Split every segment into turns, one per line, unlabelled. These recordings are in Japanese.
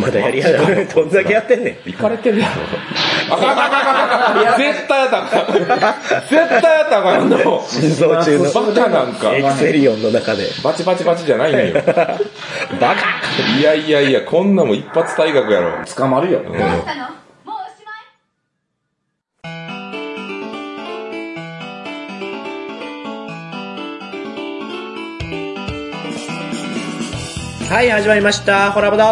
まだやりやがるどんだけやってんねん
行かれてるやろ。あかんあかんあかんあかん絶対やったらあかん。絶対やったらあかんの。
心臓中の
バカなんか。
エクセリオンの中で
バチバチバチじゃないんよ。
バカ
いやいやいや、こんなんも一発退学やろ。
捕まるよ。
うん
どうしたのもうおしまい
はい始まりましたホラボド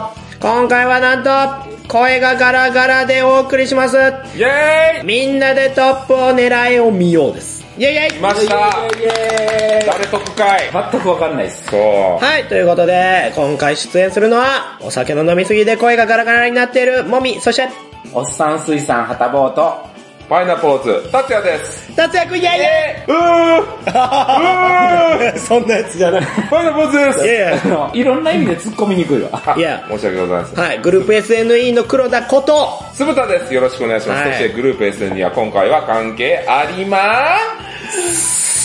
今回はなんと声がガラガラでお送りします
イェーイ
みんなでトップを狙いを見ようですイェイイェイ
来ました
イエ
誰得かい
ーイ全くわかんないです。
そう。
はい、ということで、今回出演するのは、お酒の飲みすぎで声がガラガラになっている、もみ、そして、
おっさん水産はたぼうと、
パイナポーズ、達也です。
達也くん、イェイイ
えうーうー
ェイ そんなやつじゃない。
パイナポーズです
いやい
あのいろんな意味で突っ込みにくいわ。
あ
いや
申し訳ございません
や、。はい、グループ SNE の黒田こと、
酢豚です。よろしくお願いしま
は
す。
い
そしてグループ SN には今回は関係ありま
せん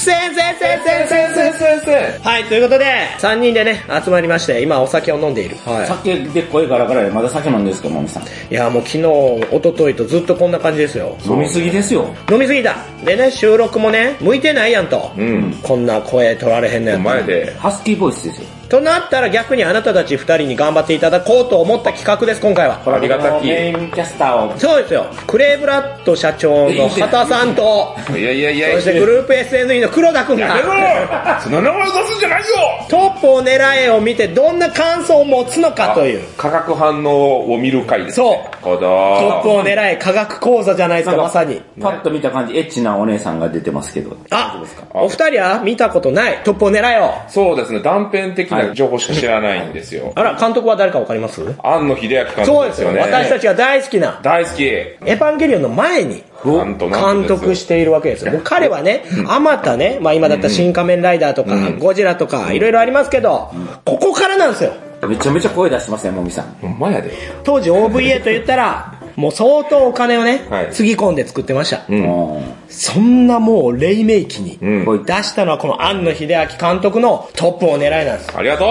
せんせんせん
ー
せん
せんせんせんせん
はい、ということで、3人でね、集まりまして、今お酒を飲んでいる。は
酒で声ガラガラでまだ酒飲んでるんですけど、もみさん。
い。いや、もう昨日、一昨日とずっとこんな感じですよ。
飲みすぎですよ。
飲みすぎた。でね、収録もね、向いてないやんと。
うん。
こんな声取られへんのやったら
前で。
ハスキーボイスですよ。
となったら逆にあなたたち2人に頑張っていただこうと思った企画です今回は
ありがたき
このメインキャスターを、
そうですよクレーブラッド社長の畑さんと
いやいやいやい
そ
や。
してグループ SNE の黒田君
やめろ
が
よその名前を出すんじゃないよ
トップを狙えを見てどんな感想を持つのかという
化学反応を見る回です、ね。そう。こ
トップ
の
を狙え科学講座じゃないですかまさに
パッと見た感じ、エッチなお姉さんが出てますけど。大丈夫
あ
ですか
お二人は見たことないトップを狙えを
そうですね、断片的な情報しか知らないんですよ。
あら監督は誰かわかります
庵野秀明監督
そう
で
ですす
よ
よ
ね。
私たちが大好きな
大好き。
エヴァンゲリオンの前に
なんとなん
監
と
督
です
しているわけですよ。もう彼はね、あまたね、まあ今だったら新仮面ライダーとか、ゴジラとか、いろいろありますけど、ここからなんですよ。
めちゃめちゃ声出してますね、もみさん。
ほんまやで。
当時 OVA と言ったら、もう相当お金をね
はい、
つぎ込んで作ってました。
うん
う
そんなもう、黎明期に、
うん
ん。こういっ
出したのはこの庵野秀明監督のトップを狙いなんです。
ありがとう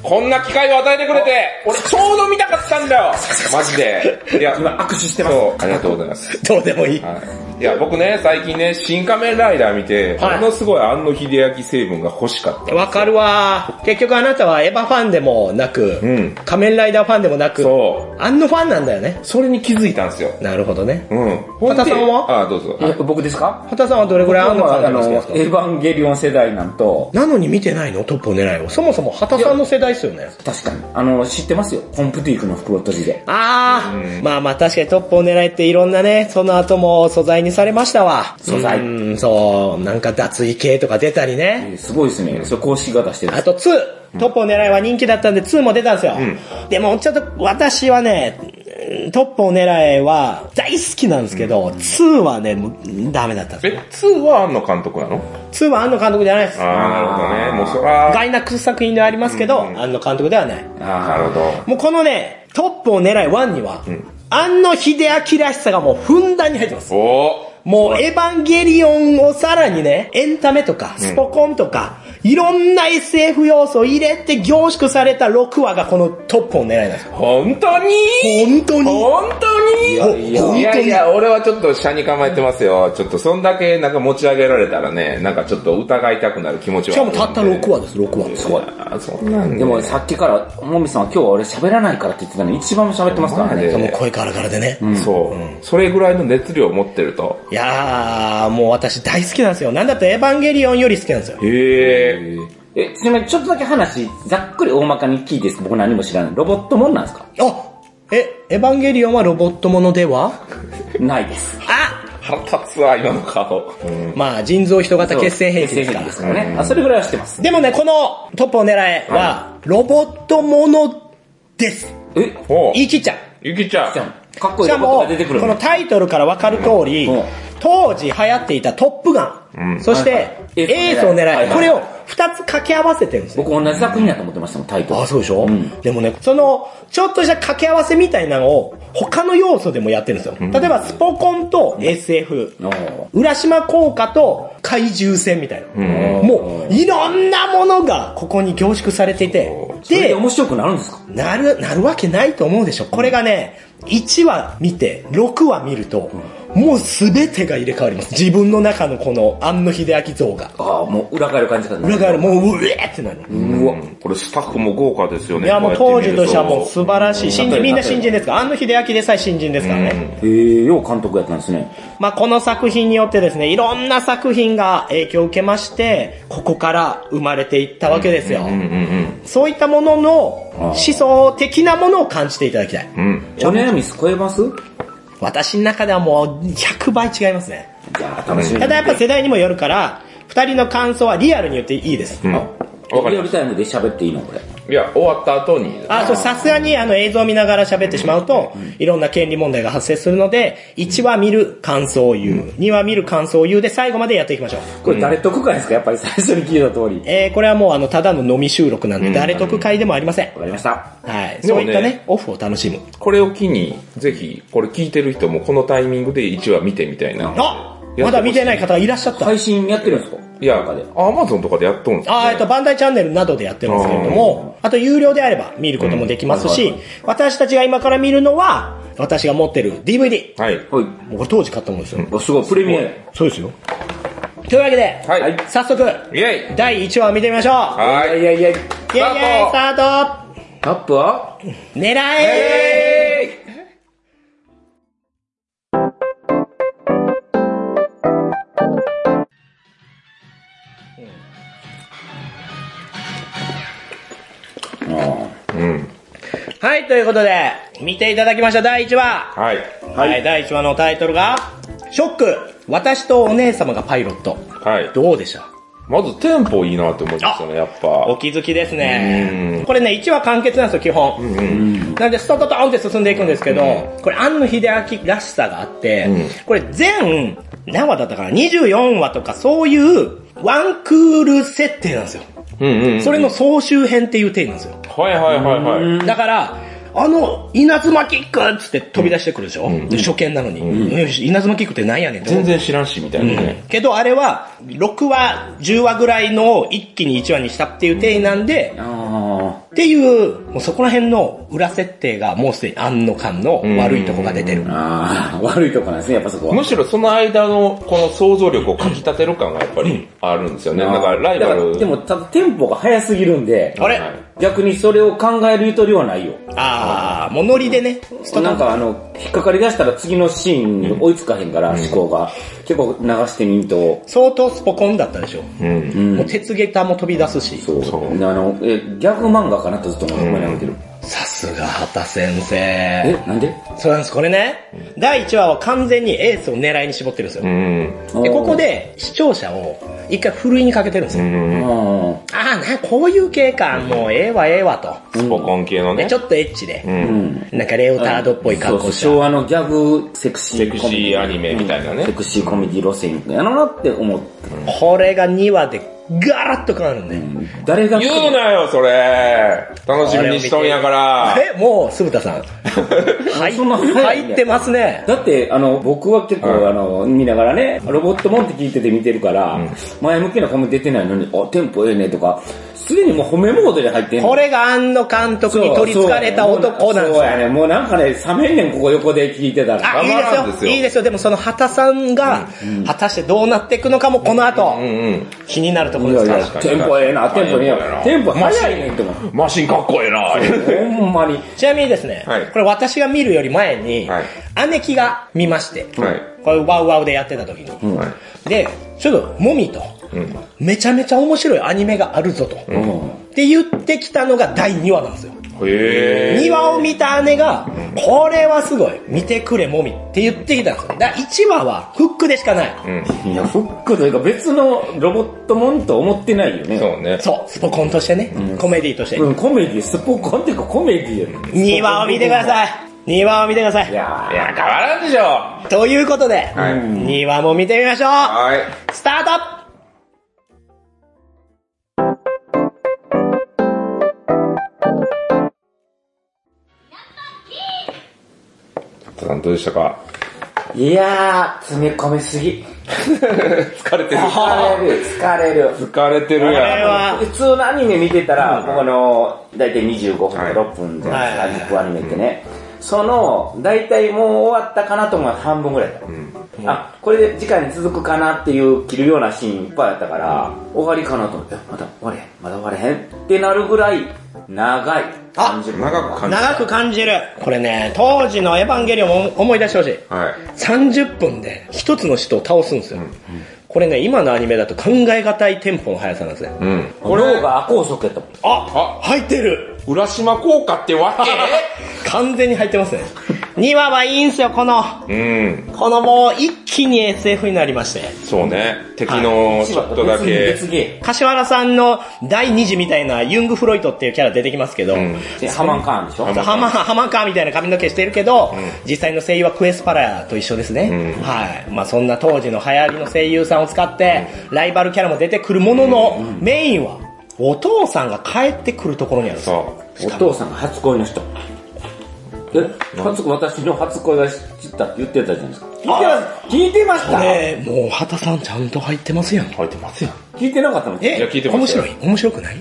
こんな機会を与えてくれて、俺ちょうど見たかったんだよマジで。いや、
今握手してます
そう、ありがとうございます。
どうでもいい。
はい。いや、僕ね、最近ね、新仮面ライダー見て、
はい
ものすごい庵野秀明成分が欲しかった。
わかるわ結局あなたはエヴァファンでもなく、
うん
仮面ライダーファンでもなく、
そ
あんのファンなんだよね
う。。それに気づいたんですよ。
なるほどね。
うん。
小田さんは
ほであ、どうぞ。
え僕ですか
畑さんはどれぐらいあんの
僕
か
は
な
あ
ん
の、
です
エ
か
ヴァンゲリオン世代なんと、
なのに見てないのトップを狙いを。そもそも畑さんの世代ですよね。
確かに、あの、知ってますよ。コンプティークの袋閉じで。
あー、まあまあ確かにトップを狙いっていろんなね、その後も素材にされましたわ。
素材
うん、そう、なんか脱衣系とか出たりね。
えーすごいですね。それ公式が出してるんで
あ
す。
と2、トップを狙いは人気だったんで2も出たんですよ。でもちょっと私はね、うんトップを狙いは大好きなんですけど、2はね、もうダメだったんで
え、2は庵野監督なの
すよ。2は安野監督じゃないです
あ。ー、なるほどね。もうそら、
ガイナックス作品ではありますけど、
うん
安野監督ではない。
なるほど。
もうこのね、トップを狙い1には、庵野秀明らしさがもうふんだんに入ってます。
お
もうエヴァンゲリオンをさらにね、エンタメとか、スポコンとか、いろんな SF 要素を入れて凝縮された6話がこのトップを狙いなんですよ。
本当に
本当に
本当に
いや
い
いや
やいや、俺はちょっと下に構えてますよ。ちょっとそんだけなんか持ち上げられたらね、なんかちょっと疑いたくなる気持ちは。
しかもたった6話です、6話。
すごい。
話。そんなんね
でもさっきから、もみさんは今日は俺喋らないからって言ってたのに一番も喋ってますから
マジ
ね。
で
もう声からからでね。
そう、それぐらいの熱量を持ってると。
いやー、もう私大好きなんですよ。なんだってエヴァンゲリオンより好きなんですよ。
へえ。
え、ちなみにちょっとだけ話、ざっくり大まかに聞いていいですか僕何も知らない。ロボットもんなんですか
あえ、エヴァンゲリオンはロボットものでは
ない です。
あ
腹立つわ、今の顔。うん。
まあ、腎臓人型血栓兵器ですか
血栓兵器
ら
で。すからね。あ、それぐらいは知ってます。
でもね、このトップを狙えは、ロボットものです。
え、
お
言い切っちゃう。
ゆきちゃん。
じゃん。かっこ
し
いい
か
ロボット
も
が出てく、る
こ
の
のタイトルからわかる通り
うん、
当時流行っていたトップガン、
うん
そして、
はいはい
エースを狙え、
はいはい
これを2つ掛け合わせてるんですよ。
僕同じ作品だと思ってましたもん、タイトル。
あ、そうでしょ、
ん
でもね、その、ちょっとした掛け合わせみたいなのを、他の要素でもやってるんですよ。例えば、スポコンと SF、
おー
浦島効果と怪獣戦みたいな。
ん
もう、いろんなものがここに凝縮されていて、
それで
で、
面白くなるんですか
なる、なるわけないと思うでしょ。これがね、1話見て、6話見ると、もうすべてが入れ替わります。自分の中のこの、庵野秀明像が。
ああ、もう裏返る感じかな。
裏側にもう、うえーってなる。
うわ、これスタッフも豪華ですよ
い
ね。
や、もう
こ
当
う
時
やって見る
としてはもう素晴らしい。新
例
人、
えば
みんな新人ですから。庵野秀明でさえ新人ですからね。
えー、よう監督やったんですね。
まあ、この作品によってですね、いろんな作品が影響を受けまして、ここから生まれていったわけですよ。
うんうん
そういったものの思想的なものを感じていただきたい。
うん。うん。
お悩み超えます
私の中ではもう100倍違いますね。
じゃあ、楽しみに。
ただやっぱ世代にもよるから、二人の感想はリアルに言っていいです。
うん。わかり
リア
ま
ル
した。
タイムで喋っていいのこれ。
いや、終わった後に。
あ、そう、さすがにあの映像を見ながら喋ってしまうと、いろんな権利問題が発生するので、1話見る感想を言う、2話見る感想を言うで最後までやっていきましょう。
これ誰得かですかやっぱり最初に聞いた通り。
えー、これはもうあの、ただの飲み収録なんで、誰得会でもありません。
わかりました。
はい。
で
そ
も
うい
ね
ったね、オフを楽しむ。
これを機に、ぜひ、これ聞いてる人もこのタイミングで1話見てみたいな。
あまだ見てない方がいらっしゃった。
配信やってるんですか
いや
中で。、
アマゾンとかでやっとんす
あーえっと、バンダイチャンネルなどでやってますけれども、あと有料であれば見ることもできます
うん
し、私たちが今から見るのは、私が持ってる DVD。
はい。
はい。
もうこれ当時買ったもんですよ。
おすごい、プレミア。
そうですよ。というわけで、
はい。
早速、
イェイ
第1話を見てみましょう。
はい
やいやいや。
イェイイェイス
スタ
タート
タップは
狙え
うん。
はい、ということで、見ていただきました第1話。
はい。
はい、第1話のタイトルが、ショック私とお姉様がパイロット。
はい。
どうでした
まずテンポいいなって思いましたね、やっ
お
ぱ。
気づきです
う
ね
ん。
これね、1話完結なんですよ、基本。なんで、ストントトンって進んでいくんですけど、これ、庵野秀明らしさがあって、
うん
これ全、何話だったかな ?24 話とか、そういう、ワンクール設定なんですよ。
うんうん。
それの総集編っていう体なんですよ。
はいはいはいはい。
だから、あの、稲妻キックっつって飛び出してくるでしょ、で初見なのに、うん稲妻キックってなんやねんって思う
全然知らんし、みたいなね。
けどあれは、6話、10話ぐらいのを一気に1話にしたっていう体なんで、
あ
っていう、もうそこら辺の裏設定がもうすでに安野間の悪いとこが出てる。
あ。ああ、悪いとこなんですね、やっぱそこは
む。しろその間のこの想像力をかき立てる感がやっぱりあるんですよね。だからライバ
だか
ル。
らでも、ただテンポが早すぎるんで、
あれ
はい
逆にそれを考えるゆとりはないよ。
あー、もうノリでね、スト
なん
ン
かあの、引っかかり出したら次のシーンに追いつかへんから、思考が。結構流してみんと、
相当スポコンだったでしょ。
うん。
もう鉄下駄も飛び出すし。
そう。
そう
あの、え、ギャグ漫画かなとずっと思いながら見てる。
さすが、畑先生
え。、なんで
そうなんです、これね、第1話は完全にエースを狙いに絞ってるんです
う
よ。
ん。
で、ここで視聴者を一回ふるいにかけてるんです
う
よ。
ん。
うん
ああ、な、こういう系か、もうええわええわと。
スポコン系の
で、
ね
ち。ょっとエッチ
う。
で、
うんん。
なんかレオタードっぽい格
そう
好し
昭
て。
和のギャグセクシ
セ
ー
ク
コメディ
シーアニメみたいな
セ
ね。
クシーコメディ路線やなって思って。
これが2話でガラッと変わるんで。
誰が
言うなよ、それ楽しみにしとんやから。
え、もう、鈴田さん。はい、
そんな早いね
入ってますね。
だって、あの、僕は結構、
うん
あの、見ながらね、ロボットもんって聞いてて見てるから、前向きなコメント出てないのに、あ、テンポええねとか、すでにもう褒めモードで入ってんの。
これが庵野監督に取り憑かれた男なんです
そう
よ
や。ね、もうなんかね、冷めんねん、ここ横で聞いてたら。
あ、いい
まあまあなん
で
ですす
よ。
よ
いいですよ。でもその畑さんが、果たしてどうなっていくのかもこの後
う、ん
気になるとこ
い
ろで
や
す
い
から
や。、テンポええな、テンポええな、テンポ早いねんって思う。
うん。マシンかっこええな
ほんまに。
ちなみにですね、
はい
これ私が見るより前に、
は
姉貴が見まして、
はい
これワウワウでやってた時に、
はい
で、ちょっと、もみと、
うん
めちゃめちゃ面白いアニメがあるぞと、
う
っ
ん。
て言ってきたのが第2話なんですよ。
へ
2話を見た姉が、これはすごい、見てくれもみって言ってきたんですよ。だから1話はフックでしかない。
うん。
いや、フックというか別のロボットもんと思ってないよね。
そうね。
そう、スポコンとしてね、コメディとして。
うん、コメディ、スポコンっていうかコメディやね。
2話を見てください。 2番を見てくださ
い
い。
や
いや、変わらんでしょ
ということで、
はい。
2番も見てみましょう
はい。
スタート
タさんどうでしたか
ーいやー、詰め込みすぎ。
疲れてる。
疲れる、疲れる。
疲れてる
これ
やん。
は
普通のアニメ見てたら、ここの、だいたい25分とか
はい
6分じゃ
はい
ないですか、アニメってね。その、だいたいもう終わったかなと思うのは半分ぐらいだった。あ、これで次回に続くかなっていう、切るようなシーンいっぱいあったから、終わりかなと思って、えまだ終われへん、まだ終われへんってなるぐらい、長い。
あ
30分
長く感じ
長く感じる。これね、当時のエヴァンゲリオンを思い出してほしい。
はい。
30分で一つの人を倒すんですよ。これね、今のアニメだと考え難いテンポの速さなんですね。
うん。
脳が亜高速やったもん。
あ入ってる
浦島効果ってわ
完全に入ってますね。2話はいいんすよ、この。
け うん。
このもう一気に SF になりまして。
そうね。敵のちょっとだけ。
別に別ゲ
柏原さんの第二次みたいなユング・フロイトっていうキャラ出てきますけど、
うん
ーでハマンカーンでしょ
ハマン
ハマ、ハマカーみたいな髪の毛してるけど、実際の声優はクエスパラと一緒ですね。
うん
はい。まあそんな当時の流行りの声優さんを使って、ライバルキャラも出てくるものの、メインは、お父さんが帰ってくるところにあるんですよ
そ
お父さんが初恋の人。え、初恋、私の初恋が知ったって言ってたじゃないですか。聞いてます、聞いてまし
ねえ、もう、畑さんちゃんと入ってますやん。
う。入ってますよ。
た。聞いてなかったの
え、
いや聞いてま
面
したよ
白い面白くない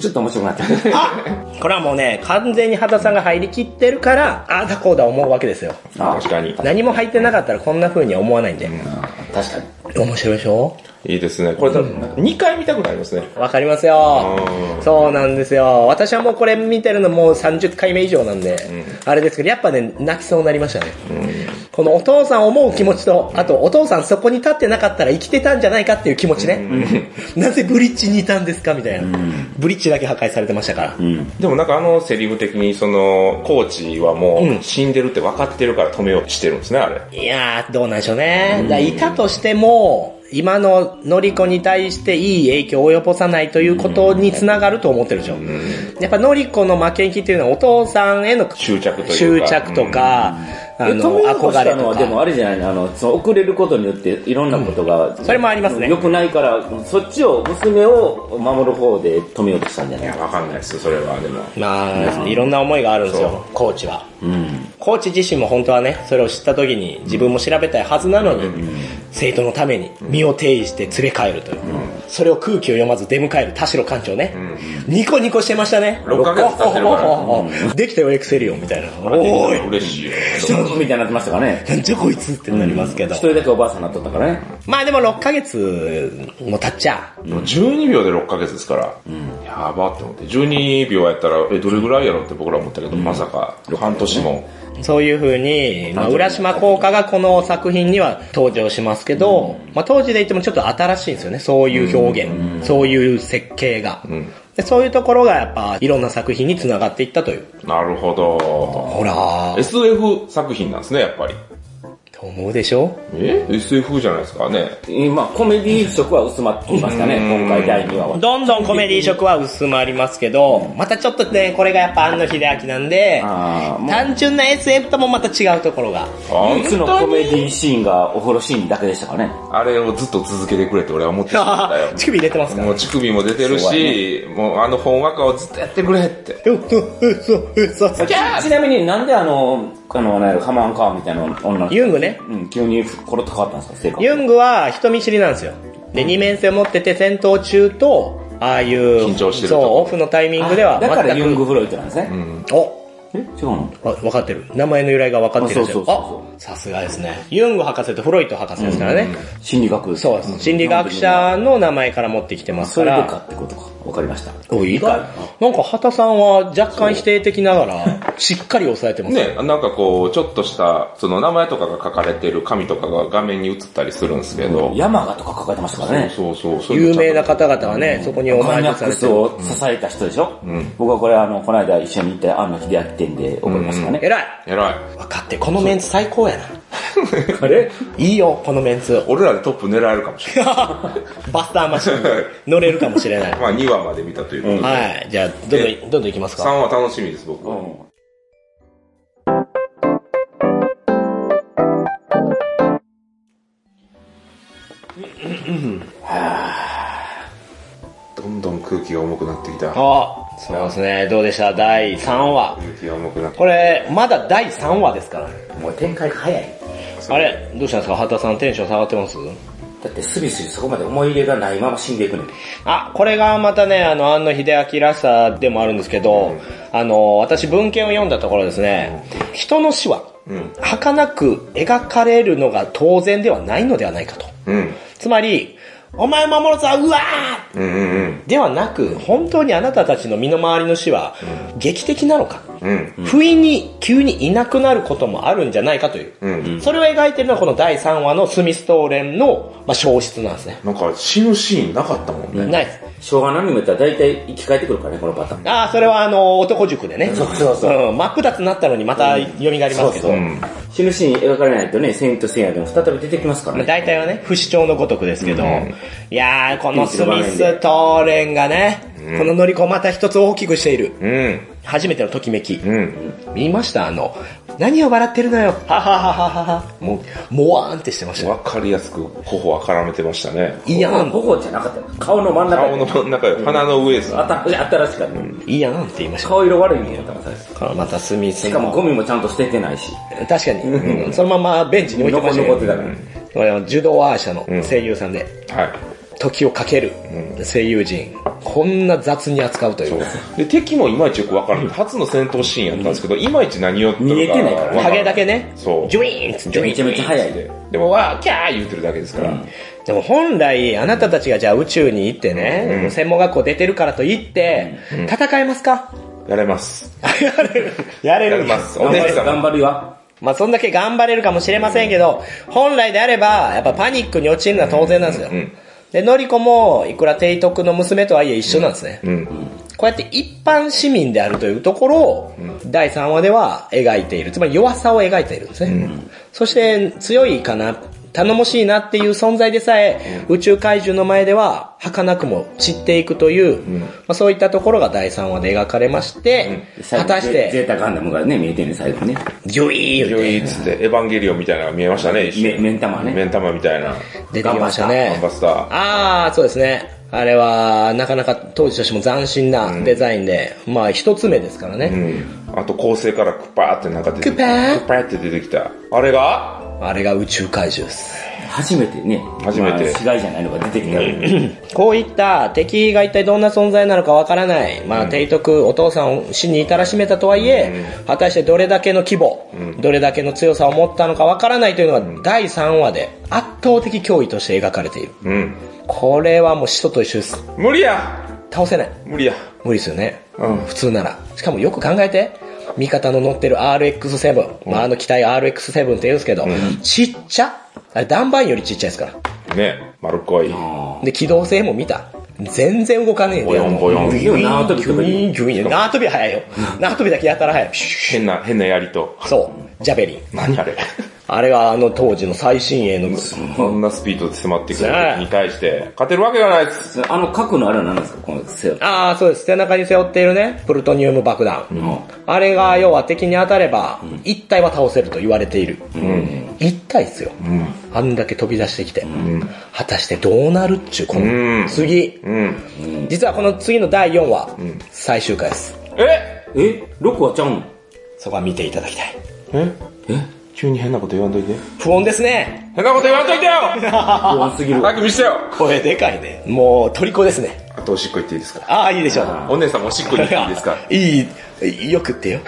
ちょっと面白くなった。
あこれはもうね、完全に畑さんが入りきってるから、ああだこうだ思うわけですよ。
あ
確 かに。
何も入ってなかったらこんな風には思わないんで。
確かに。
面白いでしょ
いいですね。これ多分、2回見たくなりますね。
わかりますよ
う。ん
そうなんですよ。私はもうこれ見てるのもう30回目以上なんで、あれですけど、やっぱね、泣きそうになりましたね。このお父さんを思う気持ちと、あとお父さんそこに立ってなかったら生きてたんじゃないかっていう気持ちね。 なぜブリッジにいたんですかみたいな。ブリッジだけ破壊されてましたから。
でもなんかあのセリフ的に、その、コーチはも
うん
う死んでるって分かってるから止めようとしてるんですね、あれ。
いやー、どうなんでしょうね。だからいたとしても、今ののりこに対していい影響を及ぼさないということにつながると思ってるでしょ。やっぱのりこの負けん気っていうのはお父さんへの
執着という
執
か。
着とか、
え、
あ
止め
の、
ようとし
憧
た
れ
の
と
は、でも
か。
あれじゃないの、あの、その遅れることによっていろんなことが、
それもありますね
良くないから、そっちを、娘を守る方で止めようとしたんじゃないい
や、分かんないですよ、それは。でも。
まあ、いろんな思いがあるんですよ、コーチは。コーチ自身も本当はね、それを知った時に自分も調べたいはずなのに、生徒のために身を挺意して連れ帰るという。それを空気を読まず出迎える田代館長ね。ニコニコしてましたね。
六ヶ月経ってるから
おおできたよ、エクセリオンみたいな。おーい、
嬉しいよ。
みたいになってましたからね。
なんじゃこいつってなりますけど
一。人だけおばあさんになっとったからね。
まあでも6ヶ月も経っちゃう。
でも12秒で6ヶ月ですから、やばって思って、12秒やったら、え、どれぐらいやろって僕ら思ったけど、まさか、半年も。
そういう風に、まあ、浦島効果がこの作品には登場しますけど、まあ、当時で言ってもちょっと新しいんですよね。そういう表現、そういう設計が、で。そういうところがやっぱいろんな作品に繋がっていったという。
なるほど。
ほらー、
SF 作品なんですね、やっぱり。
と思うでしょ
え ?SF じゃないですかね。
今、コメディ色は薄まってきましたね、今回第2話は。
どんどんコメディ色は薄まりますけど、またちょっとね、これがやっぱ庵野秀明なんで、
あーもう
単純な SF ともまた違うところが。。
あ
唯一のコメディシーンがお風呂シーンだけでしたからね。
あれをずっと続けてくれって俺は思ってしまったよ
乳首入れてますから
もう乳首も出てるし、もうあの本話化をずっとやってくれって。
うっうっうっそうっそうっそう
ちちなみになんであの、あの、なんやろハマンカーみたいな女の子、
ユングね。
うん、急にコロッと変わったんですか、性格。
ユングは人見知りなんですよ。で、二面性を持ってて戦闘中と、ああいう、
緊張してる
そ
と
う、オフのタイミングでは全
だ
く、
からユングフロイトなんですね。
お
え違うの
あ分かってる。名前の由来が分かってるんですよ
あ。そ
あ、
う
さすがですね。ユング博士とフロイト博士ですからね。
心理学
そうです。心理学。者の名前から持ってきてます
そ
か
れで
ら。
かってことか。わかりました。
おいいかなんか、畑さんは若干否定的ながら、しっかり抑えてます
ね、なんかこう、ちょっとした、その名前とかが書かれてる紙とかが画面に映ったりするんですけど。
山がとか抱えてましたからね。
そうそうそう。
有名な方々はね、そこにお
コ
前
ンニ
と
ャ
さ
ック
れ
ス
てる。
を支えた人でしょ、僕はこれあの、この間一緒に行ったあの秀明店で覚えましたからね。
偉い
偉い。
分かって、このメンツ最高やな。
あれ
いいよ、このメンツ。
俺らでトップ狙えるかもしれない。
バスターマシンに乗れるかもしれない。
まあ2話まで見たということで。
はい。じゃあ、どんどん、どんどんいきます
3
か。
話楽しみです、僕。
うん。
くなってきた。
あそうですね。どうでした第3話。
雪が重くなって
これ、まだ第3話ですからね。
もう展開が早い。
あれ、どうしたんですか畑さんテンション下がってます
だってスリスリそこまで思い入れがないまま死んでいくねん。
あ、これがまたね、あの、安野秀明らしさでもあるんですけど、あの、私文献を読んだところですね、人の死は、儚く描かれるのが当然ではないのではないかと。
うん。
つまり、お前守るぞ、うわー
うんうん
ではなく、本当にあなたたちの身の回りの死は、劇的なのか、
うん。うん。
不意に急にいなくなることもあるんじゃないかという。
うん。
それを描いてるのはこの第3話のスミストーレンの、まあ、消失なんですね。
なんか死ぬシーンなかったもんね。
ないです。
昭和のアニメだったら大体生き返ってくるからね、このパターン。
ああ、それはあの、男塾でね。
そうそうそう。
うん、真っ二つになったのにまた蘇りますけど。
そうそう
うん。
死ぬシーン描かれないとね、千と千夜でも再び出てきますから
まあ
ね。
大体はね、不死鳥のごとくですけど、
うん
いやー、このスミス・トーレンがね、このノリコをまた一つ大きくしている。
うん。
初めてのときめき。
うん。
見ましたあの、何を笑ってるのよ。はははははは。もう、もわーんってしてましたよ。
わかりやすく頬は絡めてましたね。
いや
頬
ん、
頬じゃなかったよ顔の真ん中
顔の真ん中よ。鼻の上です。
頭新しかった、
いやんって言いました。
顔色悪いねやったからさ
このまたスミス
しかも
の。
ゴミもちゃんと捨ててないし
確かに、うんそのままベンチに置いて
残
ま
っ
した
残っ
け
て
ど
たから
これは柔道アーシャの声優さんで、
はい。
時をかける声優陣、こんな雑に扱うという。
で、敵もいまいちよくわからない。初の戦闘シーンやったんですけど、いまいち何をやってるか。
見えてないからね
わ
ハ
ん
ゲだけね、
そう
ジュイーンっつって
めちゃめちゃ早いで
で。でも、わー、キャー言うてるだけですから。
でも本来、あなたたちがじゃあ宇宙に行ってね、専門学校出てるからと言って、戦えますか、
やれます。
やれる。やれ
やれ
る。
ます。お
頑張
姉
る
さん。
頑張るよ
まあそんだけ頑張れるかもしれませんけど、本来であれば、やっぱパニックに陥るのは当然なんですよ。
ん
で、のりこも、いくら提督の娘とはいえ一緒なんですね。
うん。
こうやって一般市民であるというところを、第3話では描いている。つまり弱さを描いているんですね。そして強いかな、頼もしいなっていう存在でさえ、宇宙怪獣の前では儚くも散っていくという、まあ、そういったところが第3話で描かれまして、果たし
ゼ
て、
ゼータガンダムがね見えてるね最後ね
ギョイーン
よいっつって、エヴァンゲリオンみたいなのが見えましたね、一
め目ん玉ね
目ん玉みたいな。
出てきました
ガンバ
ね。
スター。
あー、そうですね。あれは、なかなか当時としても斬新なデザインで、まあ一つ目ですからね。
うん。あと、構成からクパーってなんか出てき
クパー
た。クパーって出てきた。あれが
あれが宇宙怪獣です。
初めてね
初めて
まあ死骸じゃないのが出てきたよ
こういった敵が一体どんな存在なのかわからない、まあ、提督、お父さんを死に至らしめたとはいえ、果たしてどれだけの規模、どれだけの強さを持ったのかわからないというのが第3話で圧倒的脅威として描かれている。
うん。
これはもう使徒と一緒です。
無理や
倒せない。
無理や。
無理ですよね。
うん
普通なら。しかもよく考えて、味方の乗ってる RX7、まあ、あの機体 RX7 って言うんですけど、ちっちゃあれ、ダンバインよりちっちゃいですから。
ね、丸っこい。
で、機動性も見た。全然動かねえん
ボ
だ
ヨ
よ。
ンボヨ
次
ン。
の縄跳びとかいい
ギュイーン縄跳びは早いよ。縄跳びだけやたら早い。ピシュ
変な、変な槍と。
ッそう。ジャベリン。
何あれ
あれがあの当時の最新鋭の。
こんなスピードで迫ってくる
ね
敵に対して、勝てるわけがないです。
あの核のあれは何なんですかこのセオ
ああ、そうです。背中に背負っているね、プルトニウム爆弾。あれが要は敵に当たれば、一体は倒せると言われている。一体っすよ。あんだけ飛び出してきて。果たしてどうなるっちゅう、こ
う
の
ん
次。
うん。
実はこの次の第4話、最終回です。
え
えロクはちゃうんの
そこは見ていただきたい。
え急に変なこと言わんといて。
不穏ですね。
変なこと言わんといてよ
不安すぎる
早く見せてよ
声でかいね。もう、虜ですね。
あとおしっこ行っていいですか
ああ、いいでしょう。
お姉さんもおしっこ行っていいですか
いい、よくってよ。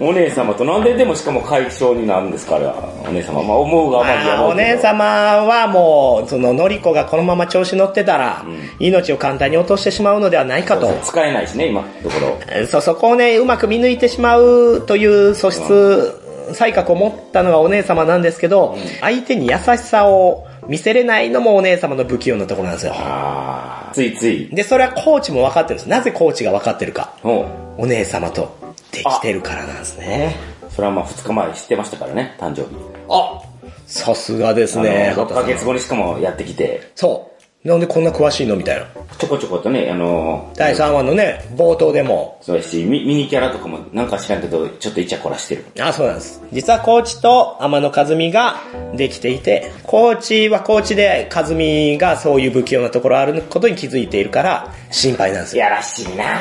お姉様となんででもしかも解消になるんですからお姉様まあ思うがままにや
あー
ろう
お
け
姉
ど
様はもう、その、のりこがこのまま調子乗ってたら、命を簡単に落としてしまうのではないかと。
使えないしね今のところ
そう、そこをね、うまく見抜いてしまうという素質、才覚を持ったのがお姉様なんですけど、相手に優しさを見せれないのもお姉様の不器用なところなんですよ。
ああついつい
で、それはコーチも分かってるんです。なぜコーチが分かってるか。
ほう
お姉様とできてるからなんですね。
それはまあ2日前知ってましたからね、誕生日。
あさすがですね。
6ヶ
畑さん
月後にしかもやってきて、
そう。なんでこんな詳しいのみたいな。
ちょこちょことね、あのー
第3話のね、冒頭でも、
そうやし、ミミニキャラとかもなんか知らんけど、ちょっとイチャコラしてる。
あ、そうなんです。実はコーチと天野和美ができていて、コーチはコーチで和美がそういう不器用なところあることに気づいているから、心配なんですよ
いやらしいな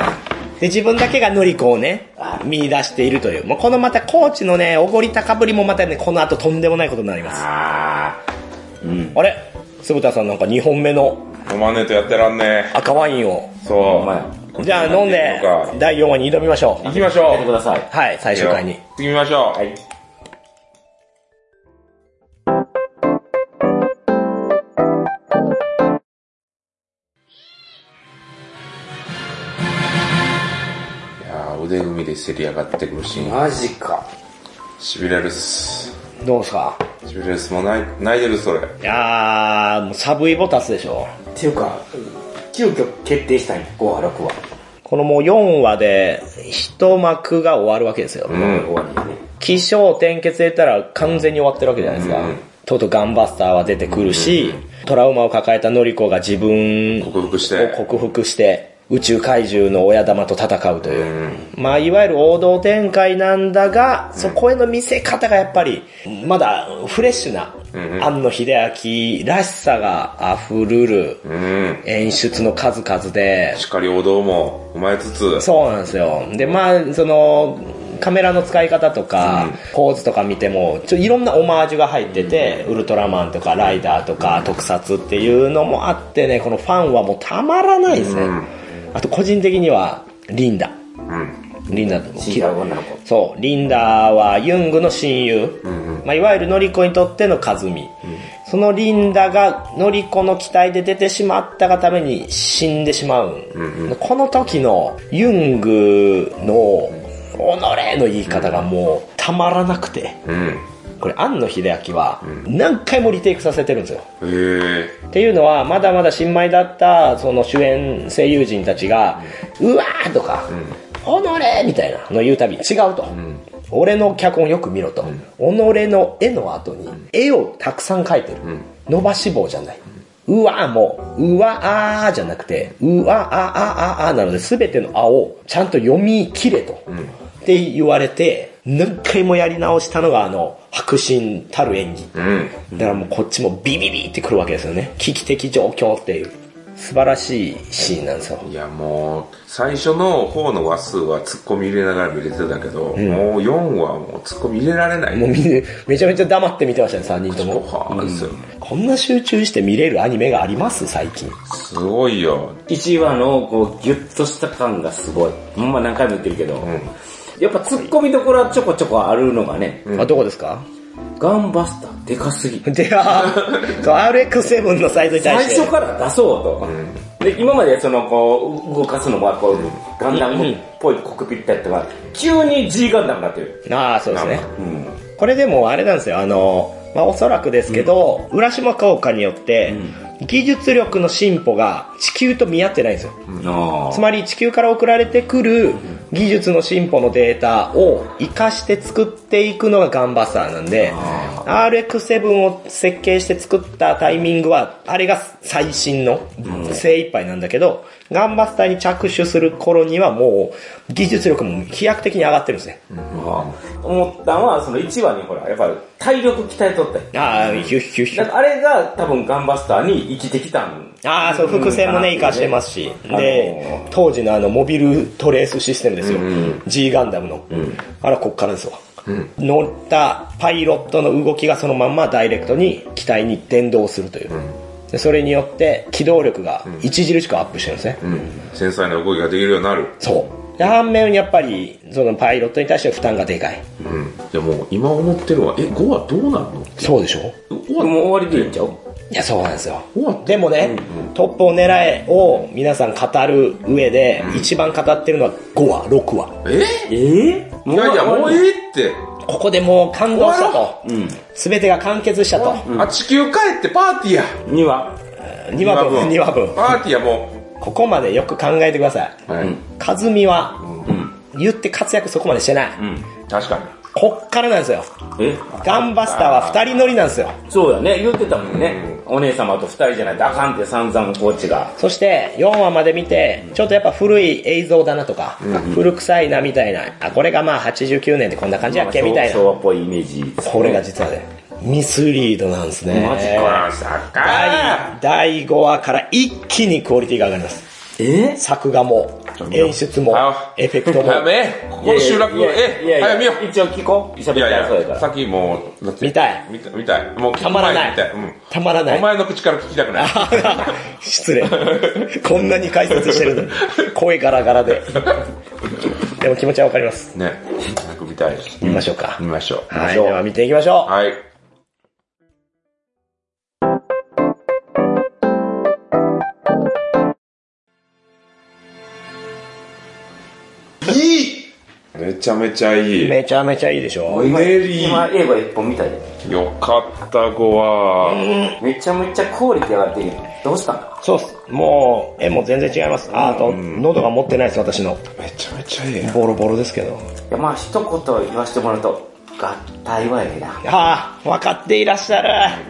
で、自分だけがのりこをね、見出しているという。もうこのまたコーチのね、おごり高ぶりもまたね、この後とんでもないことになります。
あー。うん。
あれ鈴田さんなんか2本目の
飲まねえとやってらんね
赤ワインを。
え。そう。
お前、や
じゃあ飲んで、第4話に挑みましょ
行きましょ
ってく
う。
ださい。
う。はい、最終回に。。
行きましょう。
はい。
いやー腕組みでせり上がってくるシーン。
マジか。
痺れるっす。
どうですか
痺れるっす。もう泣い泣いてるそれ。
いやー、もうサブイボタスでしょ。
っていうか、急遽決定したんや、5話、6話。
このもう4話で、一幕が終わるわけですよ。
うん。
終わりやね。
起承転結で言ったら完全に終わってるわけじゃないですか。
うん
とうとうガンバスターは出てくるし、トラウマを抱えたのりこが自分
克服し
を
て。
克服して宇宙怪獣の親玉と戦うという、まあいわゆる王道展開なんだが、そこへの見せ方がやっぱりまだフレッシュな、庵野秀明らしさが溢るる
うん。
演出の数々で、
しっかりお堂も踏まえつつ。
そうなんですよ。で、まあ、その、カメラの使い方とか、ポーズとか見ても、ちょいろんなオマージュが入ってて、ウルトラマンとかライダーとか特撮っていうのもあってね、このファンはもうたまらないですね。あと個人的には、リンダ。
うん。
リンダと
死んだ女の子。
そう、リンダはユングの親友、まあ、いわゆるノリコにとってのカズミ。そのリンダがノリコの期待で出てしまったがために死んでしまうん。この時のユングの、おのれの言い方がもうたまらなくて、
うん。
これ、庵野秀明は何回もリテイクさせてるんですよ。
へえ。
っていうのは、まだまだ新米だった、その主演声優陣たちが、うわーとか、おのれみたいなの言うたび、違うと。俺の脚本よく見ろと。己の絵の後に、絵をたくさん描いてる。伸ばし棒じゃない。うわーも、うわあーじゃなくて、うわああああなので、すべての青をちゃんと読み切れと。って言われて、何回もやり直したのが、あの、迫真たる演技。
うん。
だからもうこっちもビビビってくるわけですよね。危機的状況っていう。素晴らしいシーンなんですよ。
いやもう、最初の方の話数は突っ込み入れながら見れてたけど、もう4はもう突っ込み入れられない。
もうみんなめちゃめちゃ黙って見てましたね、3人と
ご
も。
はんですよ。
こんな集中して見れるアニメがあります最近。
すごいよ。
1話のこうギュッとした感がすごい。ほんま何回も言ってるけど。やっぱ突っ込みどころはちょこちょこあるのがね、
あ、どこですか
ガンバスターでかすぎ。
では、そう RX7 のサイズに対
最
して。
初から出そうと。で、今までそのこう、動かすのはこう、ガンダムっぽいコックピットやったが、急に G ガンダムになってる。
ああ、そうですね。
うん。
これでもあれなんですよ、あの、まあ、おそらくですけど、浦島効果によって、技術力の進歩が地球と見合ってないんですよ。
あ
つまり地球から送られてくる技術の進歩のデータを活かして作っていくのがガンバスターなんで、RX7 を設計して作ったタイミングは、あれが最新の精一杯なんだけど、ガンバスターに着手する頃にはもう技術力も飛躍的に上がってるんですね。
思ったのは、その1話にほら、やっぱり体力鍛えとったり。
ああ、ヒュッヒュッヒュ
なん
ッ。
かあれが多分ガンバスターに生きてきたん。
ああ、そう、伏線もね、活かしてますし。
あのー
で、当時のあの、モビルトレースシステムですよ。G ガンダムの。あら、こっからですわ。乗ったパイロットの動きがそのまんまダイレクトに機体に伝導するという。でそれによって機動力が著しくアップしてるんですね。
繊細な動きができるようになる。
そう。で反面やっぱり、そのパイロットに対して負担がでかい。
うん。でも今思ってるわ、え、5はどうなんの
そうでしょ
?5
もう
は、
終わりでいいんちゃう
いや、そうなんですよ。
終わって
でもね、トップを狙えを皆さん語る上で、一番語ってるのは5話、6話。
え
ええ
いやいや、もうええって。
ここでもう感動したと。すべてが完結したと。
あ、地球帰ってパーティーや。
?2 話
2話分、2話分。
パーティーやも
ここまでよく考えてください。
う。はい。
和美は、言って活躍そこまでしてない。
確かに。
こっからなんですよ。
え
ガンバスターは2人乗りなんですよ。
そうだね、言ってたもんね。お姉様と二人じゃないとあかんって散々コーチが。
そして4話まで見て、ちょっとやっぱ古い映像だなとか、古臭いなみたいな、あ、これがまあ89年でこんな感じやっけみたいな
昭。和っぽいイメージですね。
これが実はね、ミスリードなんですね。
マジか。さか
第第5話から一気にクオリティが上がります。
え
作画も、演出も
あ、
エフェクトも。
やめえここの集落
い
が、
やいや
え
いやいや
早見よう。
一応聞こう。喋
い
りた
や
いそう
い
やか
や、
ら。
さっきもう、だって
見たい
見た見たい。もう聞く前に見い、
たまらない
うん。
たまらない
お前の口から聞きたくない。
失礼。こんなに解説してるの に。声ガラガラで。でも気持ちはわかります。
ね。早く見たい。
見ましょうか。
見ましょう。
はい。では見ていきましょう。
はい。いいめちゃめちゃいい。
めちゃめちゃいいでしょ
メリ
今
ー。
映画一本見たで。
よかった、ごは。
めちゃめちゃクオリティ上がってるよどうしたんだ
そうっす。もう、絵も全然違います。あ、あと、喉が持ってないです、私の。
めちゃめちゃいい。
ボロボロですけど。
いやまあ一言言わせてもらうと、合体はええな。
ああ、分かっていらっしゃる。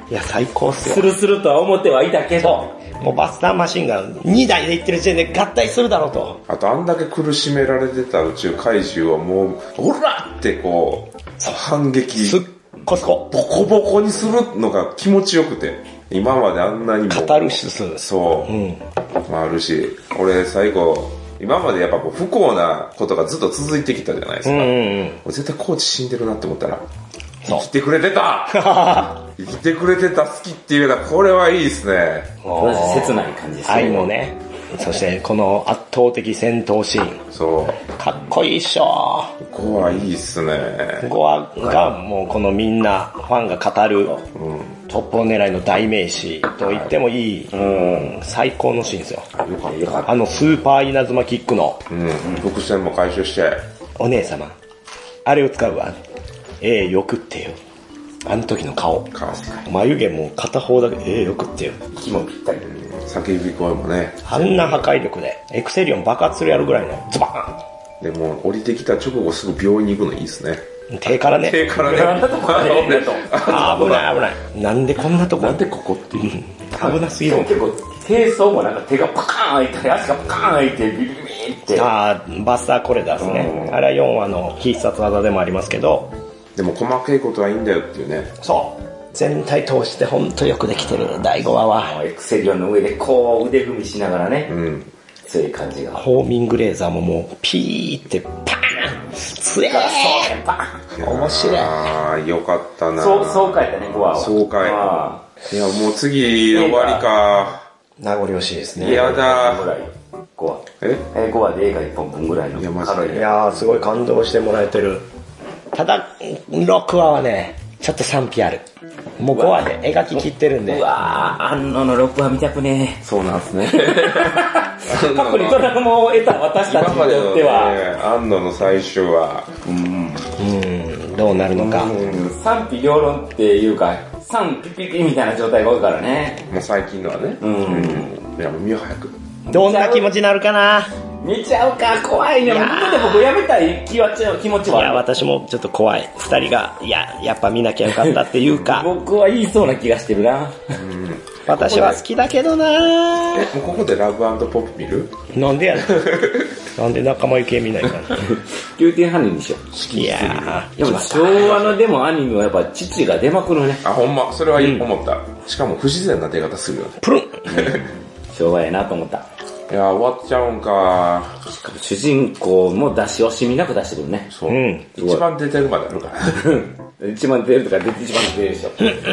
いや、最高っす
す
よ。
るするとは思ってはいたけど、
もうバスターマシンが2台で行ってる時点で合体するだろうと。
あと、あんだけ苦しめられてた宇宙怪獣はもう、オラってこう、反撃。
すっこすこ。
ボコボコにするのが気持ちよくて。今まであんなにも。
カタルシス。
そう。まあ、あるし、俺最後、今までやっぱこう不幸なことがずっと続いてきたじゃないですか。
うん
も
うんうん。
う絶対コーチ死んでるなって思ったら、
そう
生きてくれてた生きてくれてた好きっていうのは、これはいいですね。
切ない感じです
愛もね。そして、この圧倒的戦闘シーン。
そう。
かっこいいっしょ。
ここはいいっすね。
ゴアがもうこのみんなファンが語るトップ狙いの代名詞と言ってもいい、うん最高のシーンですよ。
よかった、よかっ
あのスーパー稲妻キックの
た。うん。伏線も回収して、
お姉様、あれを使うわ。ええよくってよ。あの時の顔。
か、
眉毛も片方だけ、ええよくってよ。
息もぴったり。
叫び声もね。
あんな破壊力で、エクセリオン爆発するやるぐらいのズバ
でも、降りてきた直後すぐ病院に行くのいいっすね。
ーン手からね。
手からね。
なんだ とこから入れると
あ危ない危ない。なんでこんなとこ
なんでここっていう。
危なすぎ
で
る
も。結構、低層もなんか手がパカーン開いたり、足がパカーン開いて、ビリビリって。
ああ、バスターコレダーですね。あれは4話の必殺技でもありますけど、
でも細かいことはいいんだよっていうね。
そう。全体通して本当よくできてる、第5話は。
エクセリオンの上でこう腕組みしながらね、
うん。
強い感じが。
ホーミングレーザーももう、ピーって、パーンつえ
ガソンバ
ー面白い。
ああ、よかった
ン
な。
そう、そう書いたね、5話は。
爽快
あ
いや、もう次、終わりか。
名残惜しいです
い
ね。
や
あ
だ。
ぐらい。5話。
え
えー、5話で映画1本分ぐらいの
いやマジで
軽い
いやー、すごい感動してもらえてる。ただ、6話はね、ちょっと賛否ある。もう5話で描き切ってるんで
う。わぁ、安野の6話見たくね
そうなんですね。
え。 過去にトラウマを得た私た
今
ちに
まで
と
の、
って
ね、
は、
安野の最終は、
うん、どうなるのか。
賛否両論っていうか、賛ピピピみたいな状態が多いからね。
もう最近のはね。
ん
うん。いや、もう見よう早く。
どんな気持ちになるかな
見ちゃうか、怖いね。もう見てて僕やめたい気はち気持ち
い
はあ
や、
る。
私もちょっと怖い。二人が、いや、やっぱ見なきゃよかったっていう か、
僕は言いそうな気がしてる な。
私は好きだけどな
え、もうここでラブポップ見る
なんでやねん。なんで仲間由紀恵見ないかな。
9点半にしよう。
いや
やっぱ昭和のでもアニメはやっぱ父が出まくるね。
あ、ほんま、それはいい、思った。しかも不自然な出方するよね。
ー、プルン
昭和やなと思った。
いや、終わっちゃうんか。
しかも主人公も出し惜しみなく出してくるね。
そう。
ん
一番出てるまであるから。
一番出るとか出て一番出るでし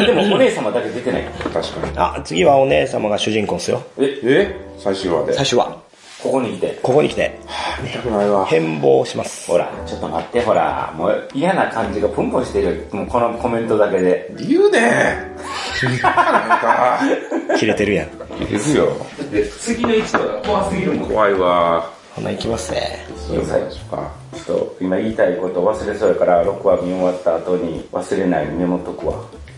ょ。でもお姉様だけ出てない。
確かに。
あ、次はお姉様が主人公っすよ。
え、
え最終話で。
最初は、
ここに来て。
ここに来て、
見たくないわ。
変貌します。
ほら、ちょっと待って、ほら、もう嫌な感じがプンプンしてる。もうこのコメントだけで。
言うねなんか、
切れてるやん。
いいですよ。
で、次の位置が怖すぎるもん。
怖いわ。
ほな、行きますね。
そういうことでしょうか。
ちょっと今言いたいこと忘れそうやから、6話見終わった後に忘れないようにメモっとくわ。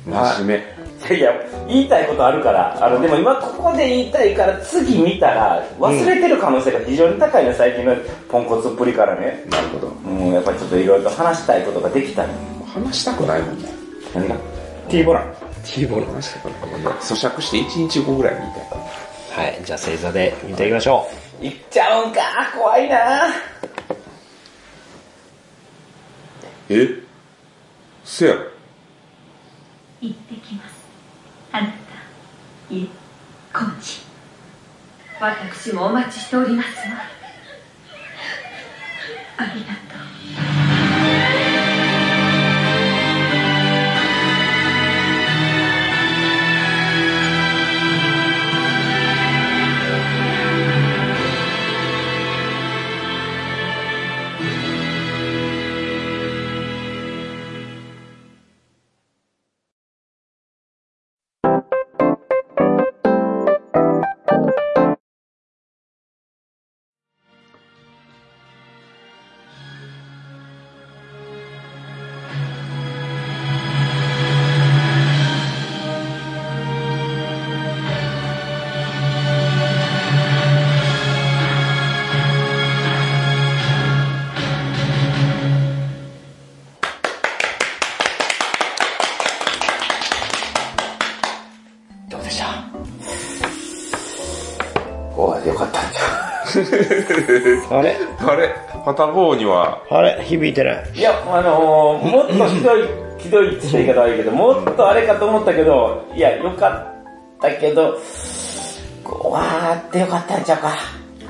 真面
いやいや、言いたいことあるから、あの、でも今ここで言いたいから、次見たら、忘れてる可能性が非常に高いね、最近のポンコツっぷりからね。
目。なるほど。
もうやっぱりちょっといろいろと話したいことができたり。
話したくないもんね。
何が ?T ボラン。
ティーボロ。
咀嚼して1日後ぐらいに言いたい。
はい、じゃあ正座で見ていきましょ
いっちゃうんか怖いな
えせやろ
行ってきますあなたいえコーチ私もお待ちしておりますわありがとう
どうでしたおいよかったんちゃ
う。あれ
あれパタゴーニは、
あれ響いてないう
いやあのー、もっとひどいひどいって言い方悪いけどもっとあれかと思ったけどいやよかったけどこうわーってよかったんちゃうか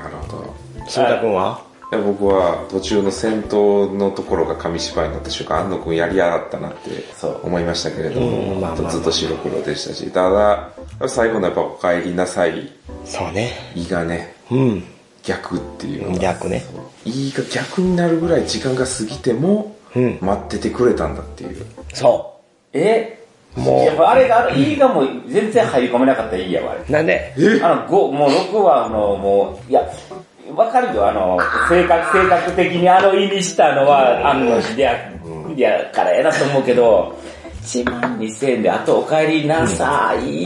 なるほど。
鶴田君はい
や僕は途中の戦闘のところが紙芝居になった瞬間、安野くんやりやがったなって
そう
思いましたけれど
うんまあまあま
も、
あ
ずっと白黒でしたし、ただ、最後のやっぱお帰りなさい、
そうね。
胃がね、
うん。
逆っていうのが
逆ね
そう胃が逆になるぐらい時間が過ぎても、
うん
待っててくれたんだっていう。
そ
え
もう
やっぱあれがあれいいがもう全然入り込めなかったらいいやわあれ
う。なんで
あの、5、もう6は、あの、もう、いや、わかるよ、あの、性格、性格的にあの意味したのは、あの、いや、いや、からやなと思うけど、1万2000円で、あとお帰りなさい、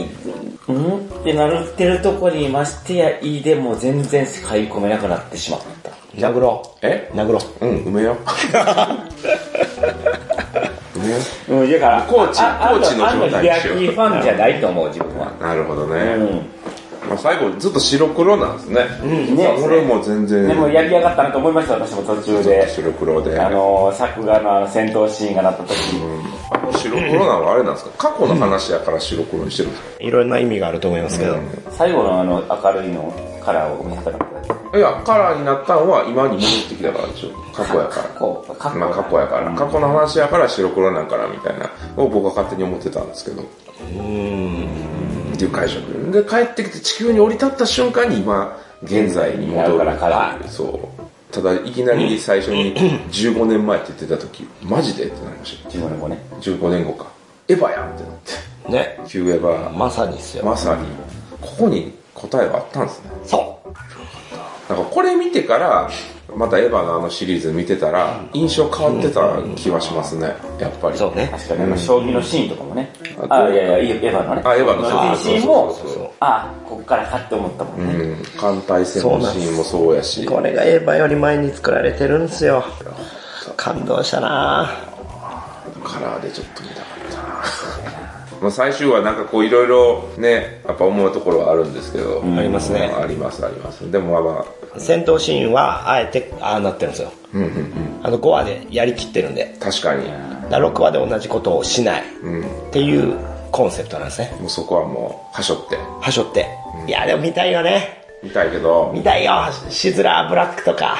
うんってなるってるとこに、ましてや、いいでもう全然買い込めなくなってしまった。
殴ろ
え
う。殴ろう。
うん、埋めよう。埋めよ
うん、だから、
コーチ
あ
コーチの
ああ
状態にしよう
あのファンじゃないと思う、自分は。
う。なるほどね。
うん。
まあ、最後ずっと白黒なんですね。うん
ね
俺も全然。
でも、やりやがったなと思いました、私も途中で。
白黒で。
あの、作画のあの戦闘シーンがなった時に。
あの白黒なのはあれなんですか過去の話やから白黒にしてるんです
いろんな意味があると思いますけど。
最後のあの明るいのカラーを見せたかった
かいや、カラーになったのは今に戻ってきたからでしょ。過去やから。
過去過去
まあ過去やから。過去の話やから白黒なんからみたいなを僕は勝手に思ってたんですけど。っていう解釈。で、帰ってきて地球に降り立った瞬間に今、現在に戻る。
だからカラー
そう。ただ、いきなり最初 に15年前って言ってた時、マジでってなりました。
15年後ね
15年後か。エヴァやんってなって。
ね。
旧エヴァ。
まさにっすよ。
まさに、ここに答えがあったんですね。
そう。
なんかこれ見てから、またエヴァのあのシリーズ見てたら、印象変わってた気はしますね、やっぱり。
そうね。
確かにあの将棋のシーンとかもね、
うん
あいやいやエヴァのね
あエヴァの
シーン
そうそうそうそう
もあこっからかって思ったもんね、
うん。艦隊戦のシーンもそうやし。
これがエヴァより前に作られてるんですよ。感動したな
カラーでちょっと見たかったなまあ最終話なんかこういろいろね、やっぱ思うところはあるんですけど。
ありますね
ありますあります。でもまあまあ、
戦闘シーンは、あえて、ああなってるんですよ。あの、5話でやりきってるんで。
確かに、
だ6話で同じことをしない。
うん。
っていうコンセプトなんですね。
もうそこはもう、はしょって。
はしょって。いや、でも見たいよね。
見たいけど、
見たいよ。シズラーブラックとか。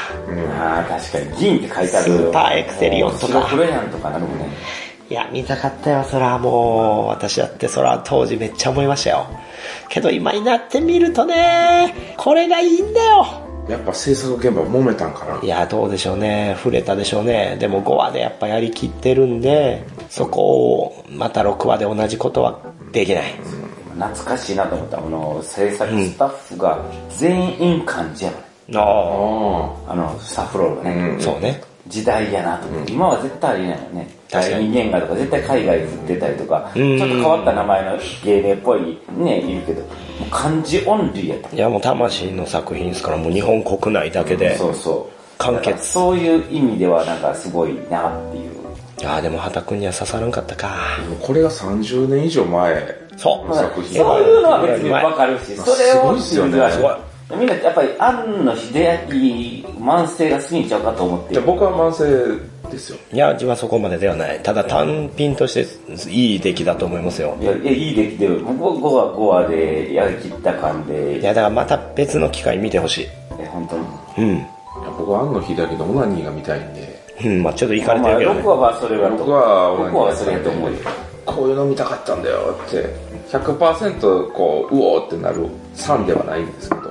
ああ確かに銀って書いてあるけど
スーパーエクセリオンとか
白黒やんとかなるもんね
いや、見たかったよ、そらもう。私だってそら当時めっちゃ思いましたよ。けど今になってみるとね、これがいいんだよ。
やっぱ制作現場揉めたんかな。
いや、どうでしょうね。触れたでしょうね。でも5話でやっぱやりきってるんで、そこをまた6話で同じことはできない。
懐かしいなと思ったあの制作スタッフが全員感じや
あ
もん、
あ
あのスタッフロールがね、
うん
あ、そうね。
時代やなと思って、今は絶対ありえないよね
確
大
かに
人間がとか絶対海外に出たりとか、
ん
ちょっと変わった名前の芸名っぽいねいるけどもう漢字オンリーやった
いや、もう魂の作品ですから、もう日本国内だけで。
そうそう
完結
だからそういう意味ではなんかすごいなっていう
いやーでも畑くんには刺さらんかったか。
でもこれが30年以上前
そう
の作品
そういうのは別にわかるし、
まあ
それを
すごいっすよね
実は
すごい
みんなやっぱり、庵野秀明、万世が過ぎちゃうかと思って
いや、僕は慢性ですよ。
いや、自分はそこまでではない。ただ単品としていい出来だと思いますよ。
いや、いやいい出来で、僕は5話5話でやりきった感で、
い
いや、
や、だからまた別の機会見てほしい。
本当に。
うん。
いや僕は安野秀明のオナニーが見たいんで、
うん、まあちょっと行かれてるけどね
僕。はそれはと、
僕はオナニ
僕
ー
はそれやと思うよ。
こういうの見たかったんだよって、100%こう、うおーってなる3ではないんですけど、
は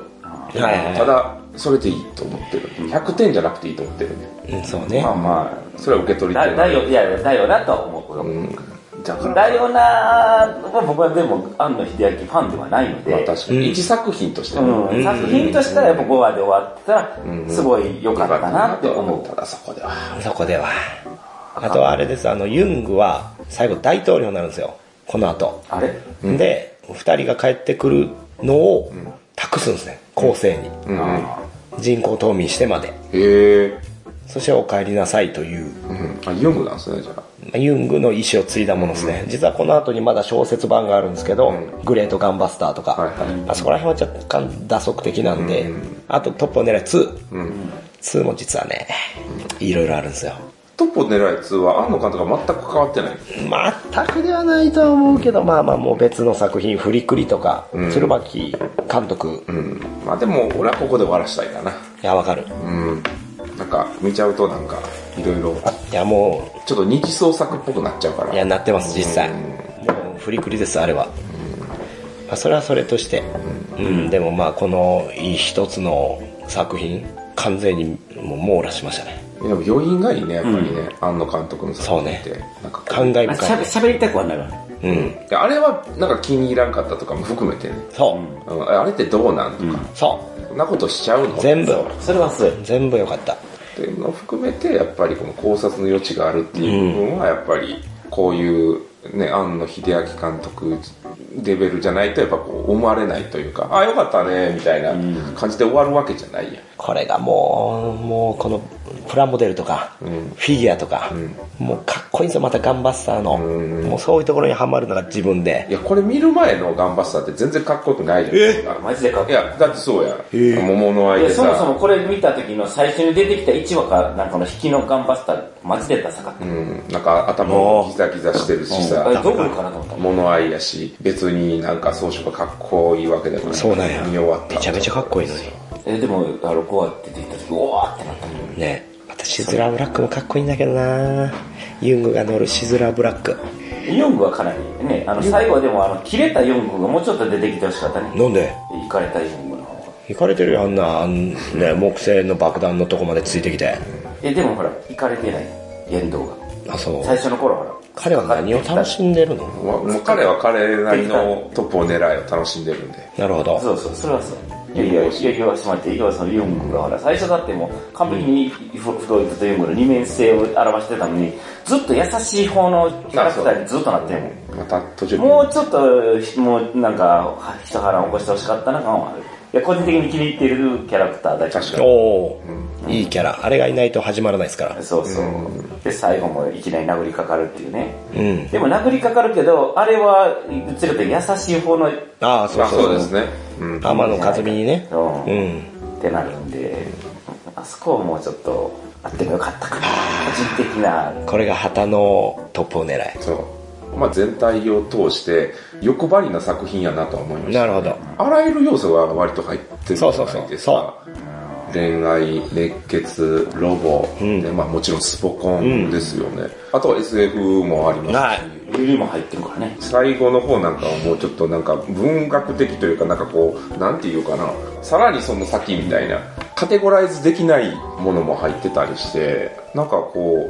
いはい
ただ、それでいいと思ってる。100点じゃなくていいと思ってるね。
うんそうね
ま。あま
それは受け取り
あ、
た
だ
い。
だよ、いや、だよなとは思うけど。
うん。だから、
だよなは僕はでも、庵野秀明ファンではないので、
まあ確かに、
うん
一作品としてね
う
うん
ん、作品としたらやっぱ5話で終わった
うん
ら、すごい良かったなって思
た
う。
だそこでは。
そこでは。あとはあれです、あの、ユングは最後大統領になるんですよ。この後。
あれ
で、二人が帰ってくるのを託すんですね。後世に。
うん。
人工冬眠してまで。
へえ。
そしてお帰りなさいという。
うん。あ、ユングなんですね、じゃあ。
まあユングの意思を継いだものですね、実はこの後にまだ小説版があるんですけど、
うん
グレートガンバスターとか、
はいはい
あそこら辺は若干打足的なんで、
うんう
あとトップを狙い2、
うん。
2も実はね、いろいろあるんですよ。
トップを狙い2は、安野監督は全く関わってない。
全くではないとは思うけど、まあまあもう別の作品、フリクリとか、
ん
鶴巻監督、
う
い
ん。まあでも、俺はここで終わらしたいかな。
やわかる。
うん。なんか、見ちゃうとなんか、いろいろ、
いやも
ちょっと二次創作っぽくなっちゃうから。
う、いやなってます実際。
うん
もうフリクリです、あれは。まあ、それはそれとして、うん、でもまあこの一つの作品完全にもう網羅しましたね
いやでも余韻がいいね、やっぱりね。庵野監督の作品って。
そう
なんか
感慨深いで
しゃべりたくはなるわね。
すうん
であれは、なんか気に入らんかったとかも含めてね。
そう、
うんあれってどうなんとか、
そ
そんなことしちゃうの
う全部
それはそうよ。
全部良かった
っていうのを含めてやっぱりこの考察の余地があるっていう部分はやっぱりこういうね庵野秀明監督レベルじゃないとやっぱこう思われないというかああよかったねみたいな感じで終わるわけじゃないやん
これがもうもうこのプラモデルとか、
ん
フィギュアとか、もうかっこいいんですよまたガンバスターの、
うん
もうそういうところにはまるのが自分で
いやこれ見る前のガンバスターって全然かっこよくないじゃないですか
マジでかっ
い
こいい。
やだってそうやん桃の
い
愛
や、
で
そもそ
さ
もこれ見た時の最初に出てきた1話かなんかの引きのガンバスター、マジでダサかった。
うんなんか頭もギザギザしてるしさ
あれどこかなと思った。
物愛やし別になんか装飾がかっこいいわけでもない
そうなんや
見終わった
めちゃめちゃかっこいいのに
え、でも、あの、こうやって出てきた時、うわーってなったもん。
ね私シズラーブラックもかっこいいんだけどなユングが乗るシズラーブラック
ヨングはかなりね、あの、最後はでも、あの、切れたヨングがもうちょっと出てきてほしかったね。
なんで
行かれたヨングの方が。
行かれてるよあんなあん、ね、木製の爆弾のとこまでついてきて
え、でもほら、行かれてない。言動が。
あそう
最初の頃ほら。
彼は何を楽しんでるの
まあもう彼は彼なりのトップを狙いを楽しんでるんで。
なるほど
そうそう、それはそう。いやいや、いや、言わしてもらって、要はそのユングがほら、最初だってもう、完璧にフフロイドとユングの二面性を表してたのに、ずっと優しい方のキャラクターにずっとなってるもん。
また途中
もうちょっと、もうなんか、人波乱起こしてほしかったな感はある。いや、個人的に気に入ってるキャラクターだけ
確か
お
に。
おー、いいキャラあれがいないと始まらないですから
そうそう。で、最後もいきなり殴りかかるっていうね。
うん
でも殴りかかるけど、あれは、どちらかというと優しい方の、
ああそう
あ
そう
そうですね。うん。
天野和美にね
うん
うん
ってなるんで、あそこはもうちょっと、あってもよかったかな。個人的な。
これが旗のトップを狙い
そう。まあ全体を通して欲張りな作品やなとは思いまし
な
た。
るほど
あらゆる要素が割と入ってるじゃないです
そ
か。恋愛、熱血、ロボ、
ん
でまあもちろんスポコンですよね。あとは SF もありま
は
すし
い。
ゆりも入ってるからね。
最後の方なんかはもうちょっとなんか文学的というかなんかこう、なんていうかな、さらにその先みたいな、カテゴライズできないものも入ってたりして、なんかこ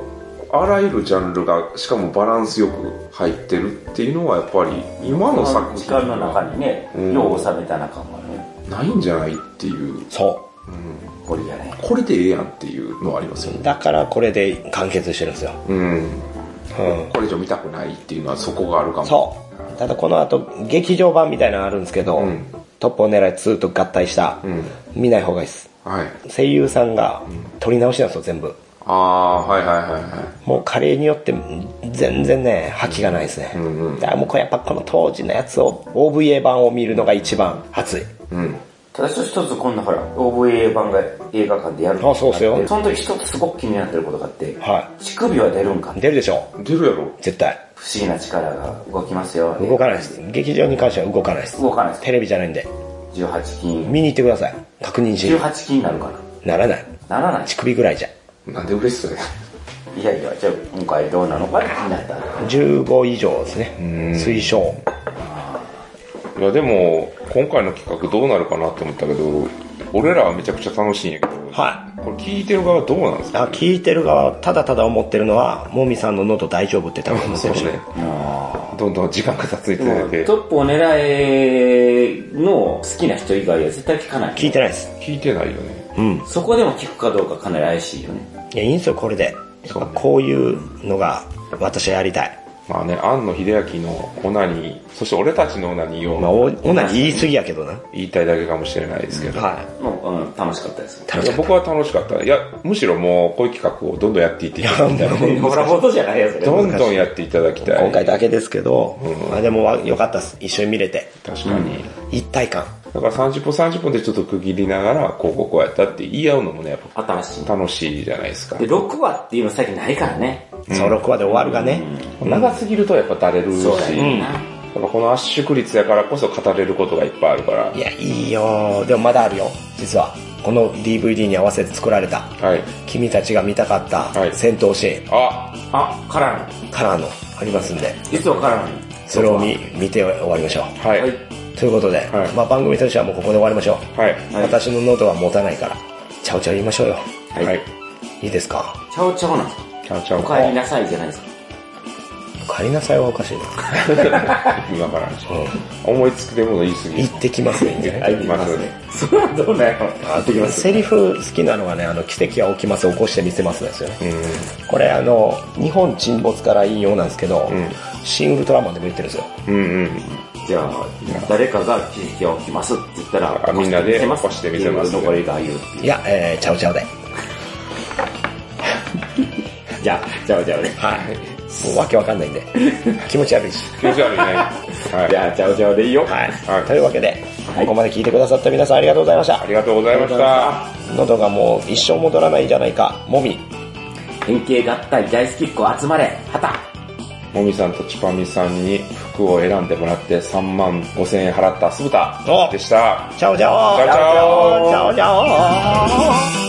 う、あらゆるジャンルが、しかもバランスよく入ってるっていうのはやっぱり今の作
時
品
間の中にね、
うん
よう収めた中もね、
ないんじゃないっていう、
そ
これじゃね。
これでええやんっていうのはありますよ
う
ね。
だからこれで完結してるんですよ、
うん。
うん、
これ以上見たくないっていうのはそこがあるかも。
そうただこの後劇場版みたいなのあるんですけど、
うん
トップを狙い2と合体した、
うん
見ない方がいいです
はい。
声優さんが撮り直しなんですよ全部
ああ、はいはいはいはい。
もうカレーによって全然ね覇気がないですね、だからもうこれやっぱこの当時のやつを OVA 版を見るのが一番熱い
うん。
ただ一つ一つ今度ほら、OVA 版が映画館でやる
あそうっすよ
その時一つすごく気になってることがあって、
は
乳首は出るんか
出るでしょ
出るやろ
絶対
不思議な力が動きますよ。
動かないです劇場に関しては動かないです
動かないです
テレビじゃないんで
18金。
見に行ってください確認し
18金になるか
ならない
なならない
乳首ぐらいじゃ
なんで嬉しそうや。
いやいや、じゃあ今回どうなのかって気になった。
15以上ですね推奨
いやでも、今回の企画どうなるかなって思ったけど、俺らはめちゃくちゃ楽しいんやけど、
はい
これ聞いてる側どうなんですか
あ聞いてる側ただただ思ってるのはもみさんの喉大丈夫って多分思って
そう
るし
ね。どんどん時間が経つにつ
も
れ
う
て
ト、ップを狙えの好きな人以外は絶対聞かない。
聞いてないです
聞いてないよね。
うん
そこでも聞くかどうかかなり怪しいよね。
いやいいんですよこれでやっぱこういうのが私はやりたい
まあね、庵野秀明のオナニー、そして俺たちのオナニー
まあ
を
おおな言い過ぎやけどな
言いたいだけかもしれないですけど、
は
もう、うん、楽しかったです。
い楽
い
し
や
かっ
僕は楽しかった。いや、むしろもうこういう企画をどんどんやっていっていただきたい。
ほら、ほどじゃないやつね。
どんどんやっていただきた
た
い。
今回だけですけど、まあでもわよかったっす一緒に見れて
確かに。
一体感
だから30分30分でちょっと区切りながら、こうこうこうやったって言い合うのもね、やっぱ
新しい。
楽しいじゃないですか
で、。6話っていうの最近ないからね。
その6話で終わるがね、
長すぎるとやっぱだれるし、
そうだよ
やっぱ
な。
この圧縮率やからこそ語れることがいっぱいあるから
い。やいいよでもまだあるよ実はこの DVD に合わせて作られた
はい。
君たちが見たかった
はい
戦闘シー
あ、
あ、からの。
ンからのありますんで
実はからの。
それを見見て終わりましょ
はい。
は
はいい。
うということで、
はい
まあ、番組としてはもうここで終わりましょう、
はい
私の喉は持たないからちゃおちゃお言いましょうよ
はい。はい。
いいですか
ちゃおちゃおなんですか
ちゃんちゃん
お帰りなさいじゃないですか。
「帰りなさい」はおかしいな
今からんし思いつくでもの言い過
「行ってきます」ねいいんじゃない
ぎ。まずね。
それはどうなのあ、できます。
セリフ好きなのはね、あの、奇跡は起きます、起こしてみせますですよね。これあの、日本沈没から引用なんですけど、シン・ウルトラマンでも言ってるんですよ。
うんうん。
じゃあ、誰かが奇跡が起きますって言ったら
あ、みんなで
起こ
起こ
し
してて
み
み
せ
せ
ま。
ますす
残りが言うっていう。
いや、えー、ちゃうちゃうで。
じゃあ、ちゃおちゃおね。
はい。もうわけわかんないんで。気持ち悪いし。
気持ち悪いね。
じ
はい。
ゃあ、ちゃおちゃおでいいよ。
はい。
はい
というわけで、ここまで聞いてくださった皆さんありがとうございまし
あ
た。
りがとうございました。
喉がもう一生戻らないんじゃないか。もみ。
変形合体大好きっ子集まれ、旗。
もみさんとちぱみさんに服を選んでもらって3万5千円払った酢豚
お
でした。
ちゃうちゃお
チャオチャオ
ちゃおちゃお